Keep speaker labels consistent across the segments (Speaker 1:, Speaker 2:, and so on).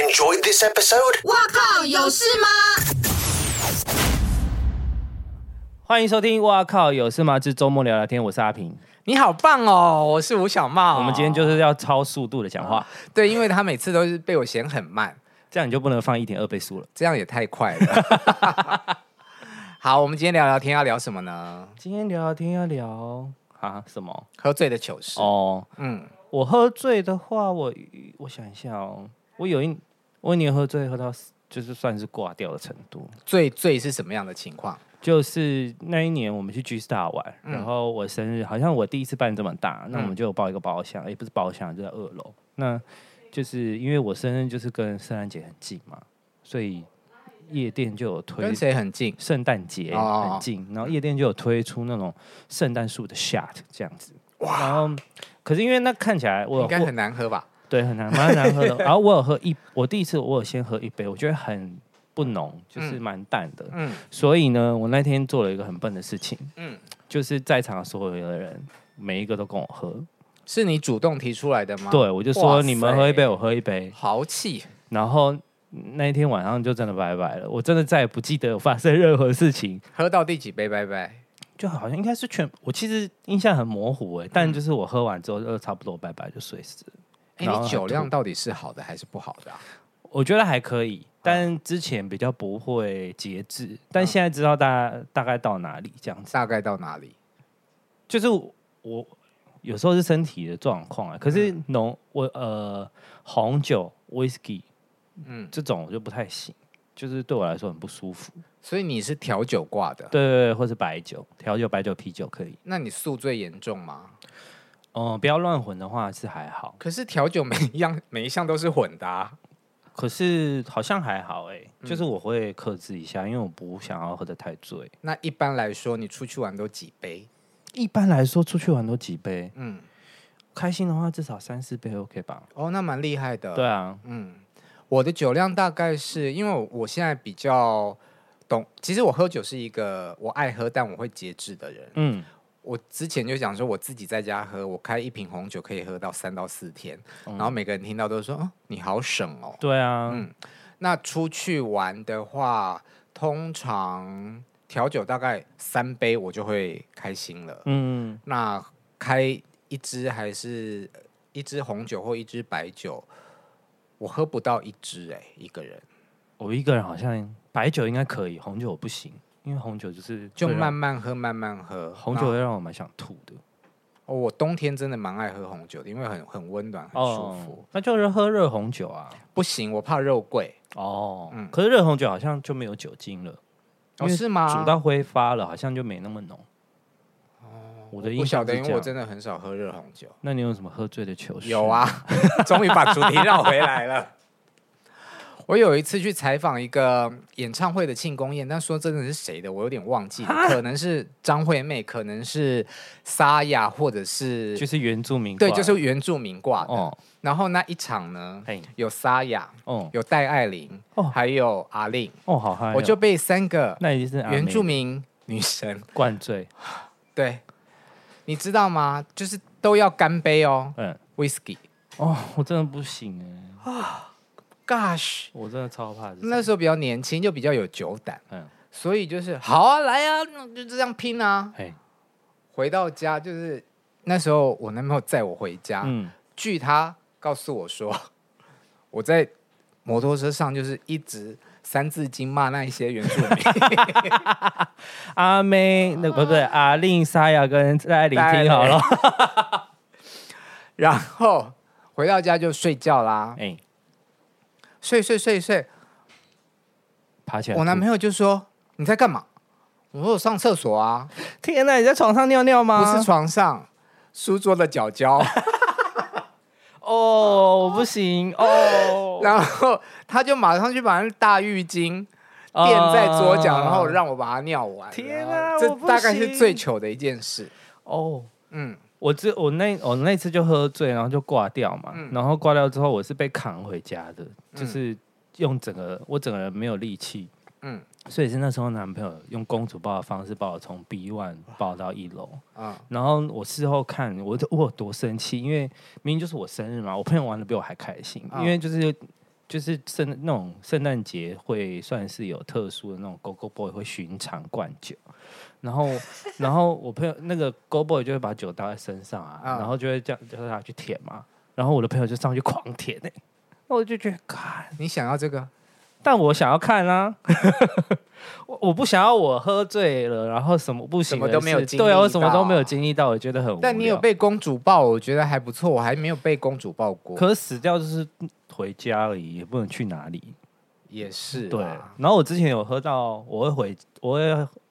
Speaker 1: enjoyed this episode?
Speaker 2: 哇靠，有事吗？
Speaker 3: 欢迎收听，哇靠，有事吗？之周末聊聊天，我是阿平。
Speaker 4: 你好棒哦！我是吴小茂。
Speaker 3: 我们今天就是要超速度的讲话，
Speaker 4: 对，因为他每次都是被我嫌很慢，
Speaker 3: 这样你就不能放一点二倍速了。
Speaker 4: 这样也太快了。 好，我们今天聊聊天要聊什么呢？
Speaker 3: 今天聊聊天要聊啊什么？
Speaker 4: 喝醉的糗事。
Speaker 3: 哦，
Speaker 4: 嗯，
Speaker 3: 我喝醉的话，我我想一下哦，我有一我有一年喝醉喝到就是算是挂掉的程度，
Speaker 4: 醉醉是什么样的情况？
Speaker 3: 就是那一年我们去 G Star 玩，
Speaker 4: 嗯
Speaker 3: 然后我生日好像我第一次办这么大，那我们就有包一个包厢，也不是包厢，就在二楼。那就是因为我生日就是跟圣诞节很近嘛，所以夜店就有推
Speaker 4: 跟谁很近？
Speaker 3: 圣诞节
Speaker 4: 哦
Speaker 3: 很近，然后夜店就有推出那种圣诞树的 shot 这样子。哇！然后，可是因为那看起来我
Speaker 4: 应
Speaker 3: 有
Speaker 4: 该
Speaker 3: 我
Speaker 4: 很难喝吧？
Speaker 3: 对很难蛮难 喝的，然后我有喝一，我第一次我有先喝一杯，我觉得很不浓，就是
Speaker 4: 嗯
Speaker 3: 蛮淡的。
Speaker 4: 嗯，
Speaker 3: 所以呢，我那天做了一个很笨的事情，
Speaker 4: 嗯
Speaker 3: 嗯，就是在场的所有的人每一个都跟我喝，
Speaker 4: 是你主动提出来的吗？
Speaker 3: 对我就
Speaker 4: 哇
Speaker 3: 说
Speaker 4: 塞
Speaker 3: 你们喝一杯，我喝一杯，
Speaker 4: 豪气。
Speaker 3: 然后。那一天晚上就真的拜拜了，我真的再也不记得有发生任何事情，
Speaker 4: 喝到第几杯？拜拜。
Speaker 3: 就好像应该是全，我其实印象很模糊哎、
Speaker 4: 嗯
Speaker 3: 但就是我喝完之后就差不多拜拜就睡死了，
Speaker 4: 哎，
Speaker 3: 然后
Speaker 4: 你
Speaker 3: 很
Speaker 4: 酒量
Speaker 3: 吐
Speaker 4: 到底是好的还是不好的啊？
Speaker 3: 我觉得还可以，但之前比较不会节制，但现在知道大大概到哪里这样子。
Speaker 4: 大概到哪里？
Speaker 3: 就是我有时候是身体的状况啊，可是浓我呃红酒、whisky，
Speaker 4: 嗯
Speaker 3: 嗯，这种我就不太行，就是对我来说很不舒服。
Speaker 4: 所以你是调酒挂的，
Speaker 3: 对对对，或是白酒、调酒、白酒、啤酒可以。
Speaker 4: 那你宿醉严重吗？
Speaker 3: 哦、不要乱混的话是还好，
Speaker 4: 可是调酒每一样每一项都是混啊搭、
Speaker 3: 可是好像还好哎、就是我会克制一下，因为我不想要喝的太醉。
Speaker 4: 那一般来说，你出去玩都几杯？
Speaker 3: 一般来说，出去玩都几杯，
Speaker 4: 嗯，
Speaker 3: 开心的话至少三四杯 OK 吧？
Speaker 4: 哦，那蛮厉害的。
Speaker 3: 对，啊，
Speaker 4: 嗯，我的酒量大概是因为我我现在比较懂，其实我喝酒是一个我爱喝但我会节制的人。
Speaker 3: 嗯，
Speaker 4: 我之前就想说，我自己在家喝，我开一瓶红酒可以喝到三到四天，然后每个人听到都说，哦，你好省哦。
Speaker 3: 对啊，
Speaker 4: 嗯那出去玩的话，通常调酒大概三杯我就会开心了。
Speaker 3: 嗯
Speaker 4: 那开一支还是呃一支红酒或一支白酒，我喝不到一支哎、一个人
Speaker 3: 我一个人好像白酒应该可以，红酒我不行，因为红酒就是
Speaker 4: 就
Speaker 3: 会让
Speaker 4: 慢啊慢喝，慢慢喝。
Speaker 3: 红
Speaker 4: 那
Speaker 3: 酒会让我蛮想吐的，
Speaker 4: 哦，我冬天真的蛮爱喝红酒的，因为很很温暖，很舒服。，
Speaker 3: 哦那就是喝热红酒啊。
Speaker 4: 不行，我怕肉桂。
Speaker 3: 哦，
Speaker 4: 嗯
Speaker 3: 可是热红酒好像就没有酒精了，
Speaker 4: 哦，
Speaker 3: 因为
Speaker 4: 是吗？
Speaker 3: 煮到挥发了好像就没那么浓。哦，我的
Speaker 4: 不
Speaker 3: 印
Speaker 4: 晓
Speaker 3: 象
Speaker 4: 得，
Speaker 3: 是
Speaker 4: 因
Speaker 3: 这
Speaker 4: 为我
Speaker 3: 样。
Speaker 4: 真的很少喝热红酒。
Speaker 3: 那你有什么喝醉的糗事？
Speaker 4: 有，啊， 终于把主题绕回来了。 我有一次去采访一个演唱会的庆功宴，但说真的是谁的，我有点忘记了，可能是张惠妹，可能是沙雅，或者是
Speaker 3: 就是原住民
Speaker 4: 对，
Speaker 3: 挂
Speaker 4: 就
Speaker 3: 的
Speaker 4: 是原住民挂的。
Speaker 3: 哦，
Speaker 4: 然后那一场呢，
Speaker 3: 嘿，
Speaker 4: 有沙雅，
Speaker 3: 哦
Speaker 4: 有戴爱玲，
Speaker 3: 哦
Speaker 4: 还有阿令，
Speaker 3: 哦，好嗨哦！
Speaker 4: 我就被三个
Speaker 3: 那已经是阿
Speaker 4: 原
Speaker 3: 妹
Speaker 4: 住民女神，
Speaker 3: 灌醉，
Speaker 4: 对，你知道吗？就是都要干杯哦
Speaker 3: 嗯，
Speaker 4: ，whisky。
Speaker 3: 哦，我真的不行哎，
Speaker 4: Gosh，
Speaker 3: 我真的超怕这种。
Speaker 4: 那时候比较年轻，就比较有酒胆，
Speaker 3: 嗯，
Speaker 4: 所以就是好啊，来啊，那就这样拼啊。
Speaker 3: 嘿，
Speaker 4: 回到家就是那时候我男朋友载我回家，
Speaker 3: 嗯，
Speaker 4: 据他告诉我说， 我在摩托车上就是一直三字经骂那一些 原住民，
Speaker 3: 阿妹，那不对，阿令、沙雅跟赖玲听好了。
Speaker 4: 然后回到家就睡觉啦，
Speaker 3: 哎，
Speaker 4: 睡睡睡睡，
Speaker 3: 爬起来吐。
Speaker 4: 我男朋
Speaker 3: 友，
Speaker 4: 友就说你在干嘛？我说我上厕所啊，
Speaker 3: 天哪，你在床上尿尿吗？
Speaker 4: 不是床上，书桌的角角。
Speaker 3: 哦，我不行 哦，
Speaker 4: 然后他就马上去把那大浴巾垫在左脚，然后让我把它尿完。
Speaker 3: 天
Speaker 4: 然后
Speaker 3: 啊
Speaker 4: 这
Speaker 3: 我不
Speaker 4: 大概是
Speaker 3: 行
Speaker 4: 最糗的一件事。
Speaker 3: 哦。
Speaker 4: 嗯，
Speaker 3: 我这我那我那次就喝醉，然后就挂掉嘛，
Speaker 4: 嗯
Speaker 3: 然后挂掉之后我是被扛回家的，就是用整个我整个人没有力气，
Speaker 4: 嗯
Speaker 3: 嗯，所以是那时候男朋友用公主抱的方式把我从 B one 抱到一楼，
Speaker 4: 啊、
Speaker 3: 然后我事后看，我就我有多生气，因为明明就是我生日嘛，我朋友玩的比我还开心，
Speaker 4: 嗯
Speaker 3: 因为就是就是圣那种圣诞节会算是有特殊的那种 Go Go Boy 会巡场灌酒，然后 然后我朋友那个 Go Boy 就会把酒倒在身上啊，
Speaker 4: 嗯
Speaker 3: 然后就会叫叫他去舔嘛，然后我的朋友就上去狂舔那、那我就觉得，看，
Speaker 4: 你想要这个？
Speaker 3: 但我想要看啊， 我我不想要我喝醉了，然后什么不行的
Speaker 4: 什么都没有
Speaker 3: 事
Speaker 4: 经历
Speaker 3: 对啊，我什么
Speaker 4: 到
Speaker 3: 都没有经历到，我觉得很无
Speaker 4: 但你有
Speaker 3: 聊
Speaker 4: 被公主抱，我觉得还不错，我还没有被公主抱过。
Speaker 3: 可是死掉就是回家而已，也不能去哪里。
Speaker 4: 也是啊
Speaker 3: 对
Speaker 4: 啦，
Speaker 3: 然后我之前有喝到，我会回，我会，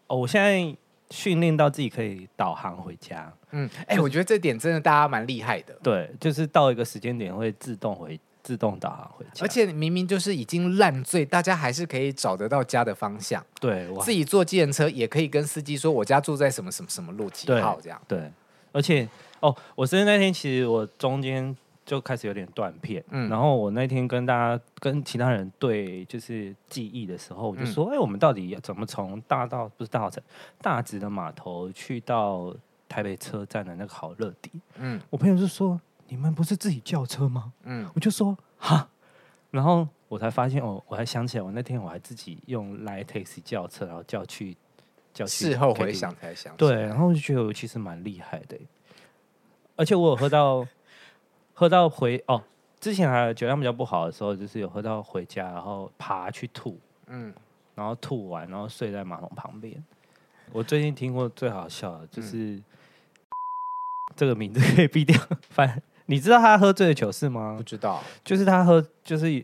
Speaker 3: 哦，我现在训练到自己可以导航回家。
Speaker 4: 嗯，哎、我觉得这点真的大家蛮厉害的。
Speaker 3: 对，就是到一个时间点会自动回，自动导航回家。
Speaker 4: 而且明明就是已经烂醉，大家还是可以找得到家的方向。
Speaker 3: 对，我
Speaker 4: 自己坐计程车也可以跟司机说，我家住在什么什么什么路几
Speaker 3: 对
Speaker 4: 号这样。
Speaker 3: 对，而且哦，我生日那天其实我中间就开始有点断片，
Speaker 4: 嗯
Speaker 3: 然后我那天跟大家跟其他人对就是记忆的时候，
Speaker 4: 嗯
Speaker 3: 我就说，哎、我们到底要怎么从大道不是大道城大直的码头去到台北车站的那个好乐迪？
Speaker 4: 嗯
Speaker 3: 我朋友就说，你们不是自己叫车吗？
Speaker 4: 嗯，
Speaker 3: 我就说，哈，然后我才发现，哦，我还想起来，我那天我还自己用 Line Taxi 叫车，然后叫去叫去
Speaker 4: 事后
Speaker 3: KTV
Speaker 4: 回想才想起来
Speaker 3: 对，然后我就觉得我其实蛮厉害的欸，而且我有喝到喝到回哦，之前还有酒量比较不好的时候，就是有喝到回家，然后爬去吐，
Speaker 4: 嗯，
Speaker 3: 然后吐完，然后睡在马桶旁边。我最近听过最好笑的就是、这个名字可以毙掉， 反正你知道他喝醉的糗事吗
Speaker 4: 不？知道
Speaker 3: 就是他喝，就是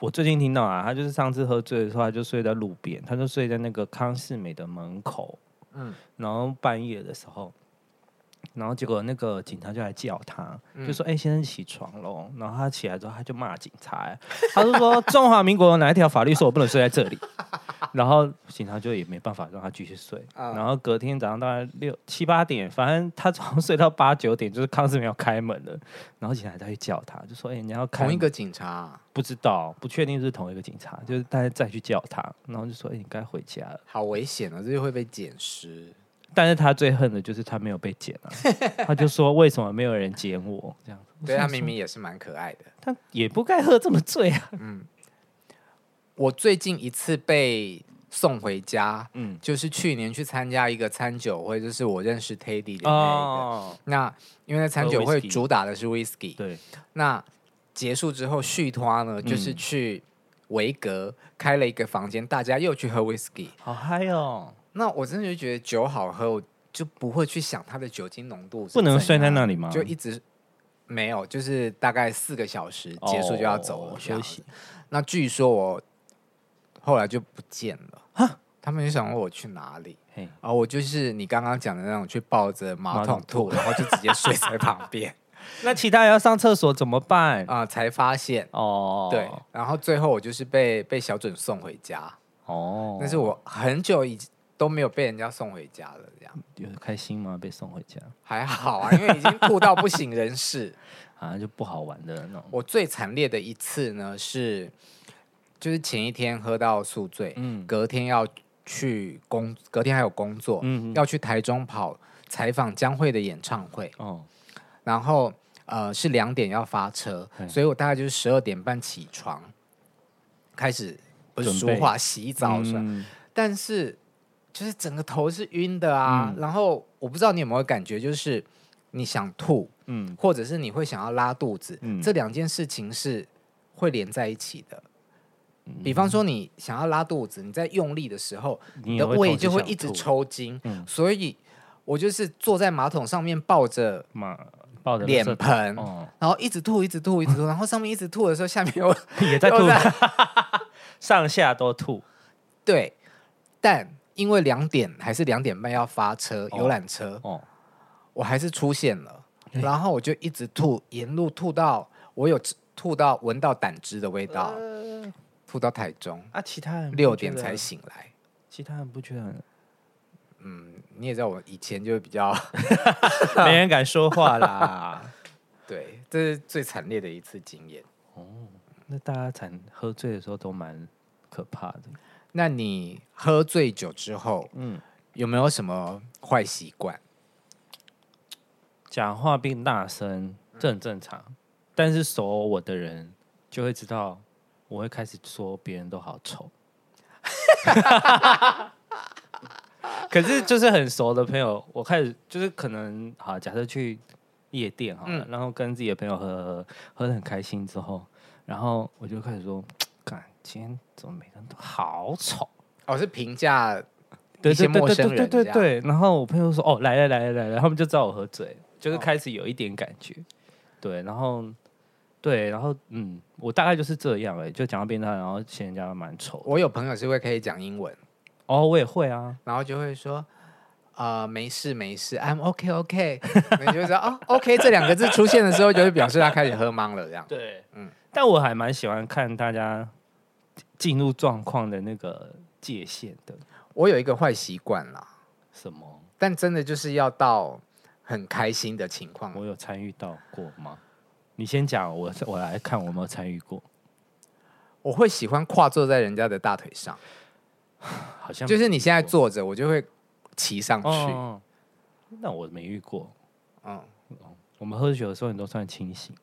Speaker 3: 我最近听到啊，他就是上次喝醉的时候，他就睡在路边，他就睡在那个康世美的门口，
Speaker 4: 嗯
Speaker 3: 嗯，然后半夜的时候，然后结果那个警察就来叫他，就说：“哎、先生起床喽。”然后他起来之后，他就骂警察、欸 他就说：“中华民国有哪一条法律说我不能睡在这里？” 然后警察就也没办法让他继续睡，
Speaker 4: 啊
Speaker 3: 然后隔天早上大概六七八点，反正他早上睡到八九点，就是康世美要开门了，然后警察再去叫他，就说：“哎、你要开
Speaker 4: 同一
Speaker 3: 门
Speaker 4: 个警察啊、
Speaker 3: 不知道，不确定是不是同一个警察，就是大家再去叫他，然后就说：“哎、你该回家了。
Speaker 4: 好危险哦，这就会被捡尸。”
Speaker 3: 但是他最恨的就是他没有被捡 啊，他就说：“为什么没有人捡我？”这样子，
Speaker 4: 对啊他明明也是蛮可爱的。
Speaker 3: 他也不该喝这么醉啊。
Speaker 4: 我最近一次被送回家，
Speaker 3: 嗯，
Speaker 4: 就是去年去参加一个餐酒会，就是我认识 Teddy 的那一个。
Speaker 3: 哦，
Speaker 4: 那因为那餐
Speaker 3: 喝
Speaker 4: 酒会
Speaker 3: whisky
Speaker 4: 主打的是 whisky，
Speaker 3: 对，
Speaker 4: 那结束之后续托呢，就是
Speaker 3: 嗯
Speaker 4: 去维格开了一个房间，大家又去喝 whisky。
Speaker 3: 好嗨哦，
Speaker 4: 那我真的就觉得酒好喝，我就不会去想它的酒精浓度。
Speaker 3: 不能睡在那里吗？
Speaker 4: 就一直没有，就是大概四个小时结束就要走
Speaker 3: 哦
Speaker 4: 了，这
Speaker 3: 休
Speaker 4: 样
Speaker 3: 息。
Speaker 4: 那据说我后来就不见了，他们就想问我去哪里。
Speaker 3: 嘿，
Speaker 4: 啊，我就是你刚刚讲的那种，去抱着马
Speaker 3: 马
Speaker 4: 桶
Speaker 3: 桶
Speaker 4: 吐，然后就直接睡在旁 边
Speaker 3: 那其他人要上厕所怎么办？
Speaker 4: 啊、才发现。
Speaker 3: 哦，
Speaker 4: 对，然后最后我就是被被小准送回家，
Speaker 3: 哦，
Speaker 4: 但是我很久以都没有被人家送回家了，这样
Speaker 3: 有开心吗？被送回家
Speaker 4: 还好啊，因为已经吐到不省人事。
Speaker 3: 好像就不好玩的那种。
Speaker 4: 我最惨烈的一次呢是，就是前一天喝到宿醉，
Speaker 3: 嗯
Speaker 4: 隔天要去工，隔天还有工作，
Speaker 3: 嗯嗯
Speaker 4: 要去台中跑采访江蕙的演唱会，
Speaker 3: 哦，
Speaker 4: 然后呃是两点要发车，
Speaker 3: 嗯
Speaker 4: 所以我大概就是十二点半起床，开始不是
Speaker 3: 准
Speaker 4: 说
Speaker 3: 备
Speaker 4: 话洗澡是吧？
Speaker 3: 嗯
Speaker 4: 但是就是整个头是晕的啊。
Speaker 3: 嗯
Speaker 4: 然后我不知道你有没有感觉，就是你想吐，
Speaker 3: 嗯，
Speaker 4: 或者是你会想要拉肚子，
Speaker 3: 嗯
Speaker 4: 这两件事情是会连在一起的。
Speaker 3: 嗯
Speaker 4: 比方说，你想要拉肚子，你在用力的时候，
Speaker 3: 你
Speaker 4: 你
Speaker 3: 也
Speaker 4: 的
Speaker 3: 会
Speaker 4: 胃
Speaker 3: 同时
Speaker 4: 就会
Speaker 3: 想
Speaker 4: 一直
Speaker 3: 吐
Speaker 4: 抽筋，
Speaker 3: 嗯
Speaker 4: 所以我就是坐在马桶上面抱着
Speaker 3: 嘛，抱着垃圾
Speaker 4: 脸
Speaker 3: 桶
Speaker 4: 盆，
Speaker 3: 哦，
Speaker 4: 然后一直吐，一直吐，一直吐，然后上面一直吐的时候，下面又
Speaker 3: 也在
Speaker 4: 又
Speaker 3: 吐，
Speaker 4: 在
Speaker 3: 上下都吐。
Speaker 4: 对，但因为两点还是两点半要发车游
Speaker 3: 哦
Speaker 4: 览车，
Speaker 3: 哦，
Speaker 4: 我还是出现了，然后我就一直吐，沿路吐到我有吃吐到闻到胆汁的味道，
Speaker 3: 呃
Speaker 4: 吐到台中，
Speaker 3: 啊，其他人不
Speaker 4: 六
Speaker 3: 觉
Speaker 4: 点
Speaker 3: 得
Speaker 4: 才，醒来。
Speaker 3: 其他人不觉得 很，
Speaker 4: 你也知道我以前就比较
Speaker 3: 没人敢说话 啦。
Speaker 4: 对，这是最惨烈的一次经验。
Speaker 3: 那大家才喝醉的时候都蛮可怕的。
Speaker 4: 那你喝醉酒之后，嗯
Speaker 3: 嗯，
Speaker 4: 有没有什么坏习惯？
Speaker 3: 讲话变大声，这很正常。但是熟我的人就会知道，我会开始说别人都好丑。可是就是很熟的朋友，我开始就是可能好，假设去夜店好了，然后跟自己的朋友喝喝喝喝的很开心之后，然后我就开始说，感今天怎么每个人都好丑。
Speaker 4: 哦，是评价
Speaker 3: 对
Speaker 4: 一些
Speaker 3: 对对
Speaker 4: 陌
Speaker 3: 对
Speaker 4: 生
Speaker 3: 对
Speaker 4: 人
Speaker 3: 对
Speaker 4: 这
Speaker 3: 对
Speaker 4: 样
Speaker 3: 对。然后我朋友说：“哦，来来来来来来，他们就知道我喝醉了，就是
Speaker 4: 哦
Speaker 3: 开始有一点感觉。对，然后对，然后嗯，我大概就是这样哎、就讲到变态，然后嫌人家蛮丑的。
Speaker 4: 我有朋友是会可以讲英文，
Speaker 3: 哦，我也会啊，
Speaker 4: 然后就会说。呃，没事没事，I'm OK OK，你就会说哦，OK 这两个字出现的时候，就是表示他开始喝懵了这样。
Speaker 3: 对，
Speaker 4: 嗯
Speaker 3: 嗯，但我还蛮喜欢看大家进入状况的那个界限的。
Speaker 4: 我有一个坏习惯啦，
Speaker 3: 什么？
Speaker 4: 但真的就是要到很开心的情况，
Speaker 3: 我有参与到过吗？你先讲，我我来看我有没有参与过。
Speaker 4: 我会喜欢跨坐在人家的大腿上，
Speaker 3: 好像
Speaker 4: 就是
Speaker 3: 没
Speaker 4: 你
Speaker 3: 遇
Speaker 4: 现在
Speaker 3: 过
Speaker 4: 坐着，我就会骑上去。
Speaker 3: 哦，那我没遇过。
Speaker 4: 嗯，
Speaker 3: 我们喝酒的时候，你都算清醒。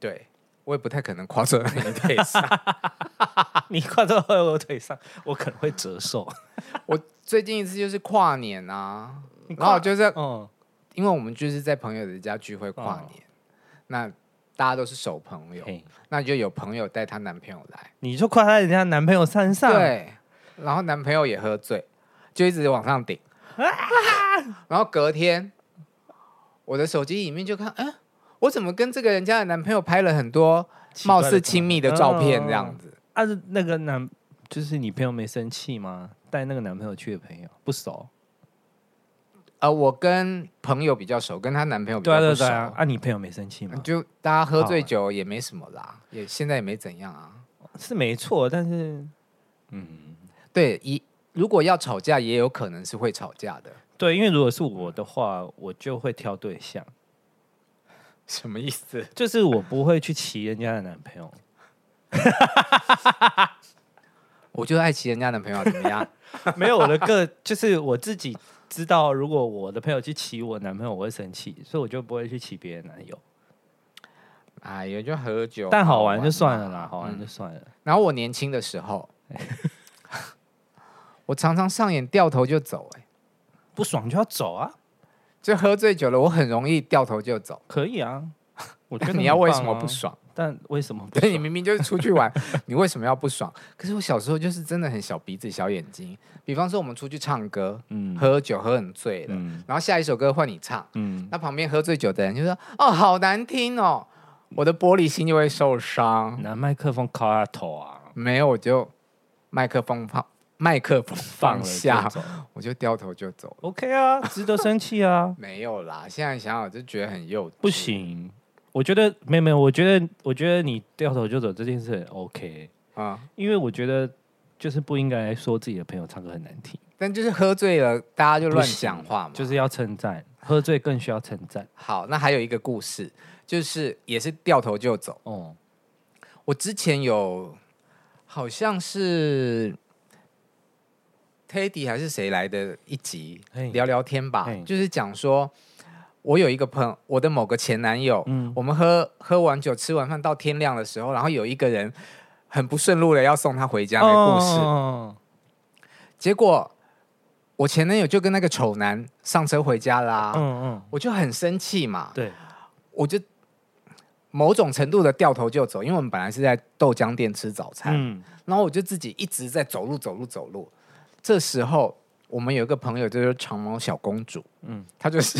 Speaker 4: 对，我也不太可能跨坐在你腿 上。
Speaker 3: 啊你跨到我腿上，我可能会折寿。
Speaker 4: 我最近一次就是跨年啊，
Speaker 3: 你
Speaker 4: 然后就是
Speaker 3: 嗯，
Speaker 4: 因为我们就是在朋友的家聚会跨
Speaker 3: 哦
Speaker 4: 年，那大家都是熟朋友，
Speaker 3: 嘿
Speaker 4: 那就有朋友带她男朋友来，
Speaker 3: 嗯你就跨在人家男朋友身上，，
Speaker 4: 对，然后男朋友也喝醉，就一直往上顶，
Speaker 3: 啊
Speaker 4: 然后隔天我的手机里面就看，嗯、我怎么跟这个人家的男朋友拍了很多
Speaker 3: 奇怪
Speaker 4: 貌
Speaker 3: 的
Speaker 4: 似
Speaker 3: 朋
Speaker 4: 亲
Speaker 3: 友
Speaker 4: 密的照片
Speaker 3: 哦
Speaker 4: 这样子？
Speaker 3: 啊，那个男就是你朋友没生气吗？带那个男朋友去的朋友不熟，
Speaker 4: 呃，我跟朋友比较熟，跟她男朋友比
Speaker 3: 对
Speaker 4: 较
Speaker 3: 啊
Speaker 4: 不
Speaker 3: 对
Speaker 4: 熟，
Speaker 3: 对啊，啊，你朋友没生气吗？
Speaker 4: 就大家喝醉
Speaker 3: 好
Speaker 4: 酒也没什么啦，也现在也没怎样啊。
Speaker 3: 是没错，但是，嗯，
Speaker 4: 对，一如果要吵架，也有可能是会吵架的，
Speaker 3: 对，因为如果是我的话，我就会挑对象，
Speaker 4: 什么意思？
Speaker 3: 就是我不会去骑人家的男朋友。
Speaker 4: 我就爱骑人家男朋友啊，怎么样？
Speaker 3: 没有我的个，就是我自己知道，如果我的朋友去骑我男朋友，我会生气，所以我就不会去骑别人男友。
Speaker 4: 哎呀，就喝酒，
Speaker 3: 但好玩
Speaker 4: 嘛
Speaker 3: 就算了啦，好玩
Speaker 4: 嗯
Speaker 3: 就算了。
Speaker 4: 然后我年轻的时候， 我常常上演掉头就走、哎，
Speaker 3: 不爽就要走啊，
Speaker 4: 就喝醉酒了，我很容易掉头就走。
Speaker 3: 可以 啊。我觉
Speaker 4: 那
Speaker 3: 得
Speaker 4: 你要为什
Speaker 3: 很
Speaker 4: 么
Speaker 3: 棒啊
Speaker 4: 不？爽？
Speaker 3: 但为什么不
Speaker 4: 对你
Speaker 3: 爽？
Speaker 4: 明明就是出去玩， 你为什么要不爽？可是我小时候就是真的很小鼻子小眼睛。比方说我们出去唱歌，
Speaker 3: 嗯
Speaker 4: 喝酒喝很醉了，
Speaker 3: 嗯
Speaker 4: 然后下一首歌换你唱，
Speaker 3: 嗯，
Speaker 4: 那旁边喝醉酒的人就说：“哦，好难听哦！”我的玻璃心就会受伤。
Speaker 3: 拿麦克风敲他头啊，
Speaker 4: 没有，我就麦克风放麦克风
Speaker 3: 放
Speaker 4: 放
Speaker 3: 了就
Speaker 4: 下，
Speaker 3: 走
Speaker 4: 我就掉头就走。，
Speaker 3: OK 啊，值得生气啊
Speaker 4: 没有啦，现在想想我就觉得很幼稚。
Speaker 3: 不，行。我觉得没有没有，我觉得我觉得你掉头就走这件事很 OK，
Speaker 4: 啊、
Speaker 3: 因为我觉得就是不应该说自己的朋友唱歌很难听。
Speaker 4: 但就是喝醉了，大家就
Speaker 3: 不
Speaker 4: 乱
Speaker 3: 行
Speaker 4: 讲话嘛。
Speaker 3: 就是要称赞，喝醉更需要称赞。
Speaker 4: 好，那还有一个故事，就是也是掉头就走。
Speaker 3: 哦，
Speaker 4: 我之前有，好像是 Teddy 还是谁来的一集
Speaker 3: 嘿
Speaker 4: 聊聊天吧
Speaker 3: 嘿，
Speaker 4: 就是讲说，我有一个朋友，我的某个前男友，
Speaker 3: 嗯，
Speaker 4: 我们喝喝完酒、吃完饭到天亮的时候，然后有一个人很不顺路的要送他回家的故事。
Speaker 3: 哦
Speaker 4: 结果我前男友就跟那个丑男上车回家啦、
Speaker 3: 嗯嗯，
Speaker 4: 我就很生气嘛，
Speaker 3: 对，
Speaker 4: 我就某种程度的掉头就走，因为我们本来是在豆浆店吃早餐，
Speaker 3: 嗯，
Speaker 4: 然后我就自己一直在走路、走路、走路。这时候我们有一个朋友就是长毛小公主，嗯
Speaker 3: 嗯，
Speaker 4: 她就是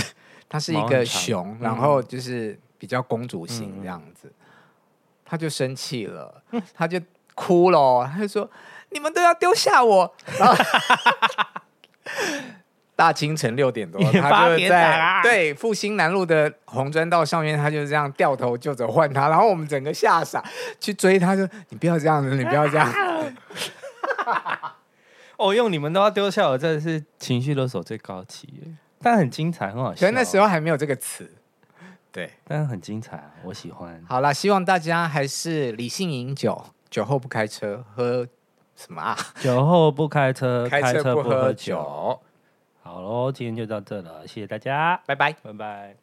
Speaker 4: 她是一
Speaker 3: 毛
Speaker 4: 个
Speaker 3: 很长
Speaker 4: 熊，
Speaker 3: 嗯
Speaker 4: 然后就是比较公主型这样子，她就生气了， 她就哭了哦，她就说：“你们都要丢下我。” 然后大清晨六 点多，
Speaker 3: 你
Speaker 4: 她
Speaker 3: 发
Speaker 4: 就
Speaker 3: 铁
Speaker 4: 在、
Speaker 3: 打啊
Speaker 4: 对复兴南路的红砖道上面，她就这样掉头就走换她，然后我们整个吓傻，去追她说：“你不要这样子，你不要这 样。”
Speaker 3: 哦，用你们都要丢下我，真的是情绪勒索最高级耶，但很精彩，很好
Speaker 4: 可
Speaker 3: 笑。
Speaker 4: 能那时
Speaker 3: 候，
Speaker 4: 候还没有这个词。对，
Speaker 3: 但很精彩啊，我喜 欢。
Speaker 4: 好啦，希望大家还是理性饮酒，酒后不开车，喝什么啊？
Speaker 3: 酒后不开车，开
Speaker 4: 车
Speaker 3: 车
Speaker 4: 不
Speaker 3: 喝
Speaker 4: 酒。
Speaker 3: 好喽，今天就到这了，谢谢大家，
Speaker 4: 拜拜。
Speaker 3: 拜拜。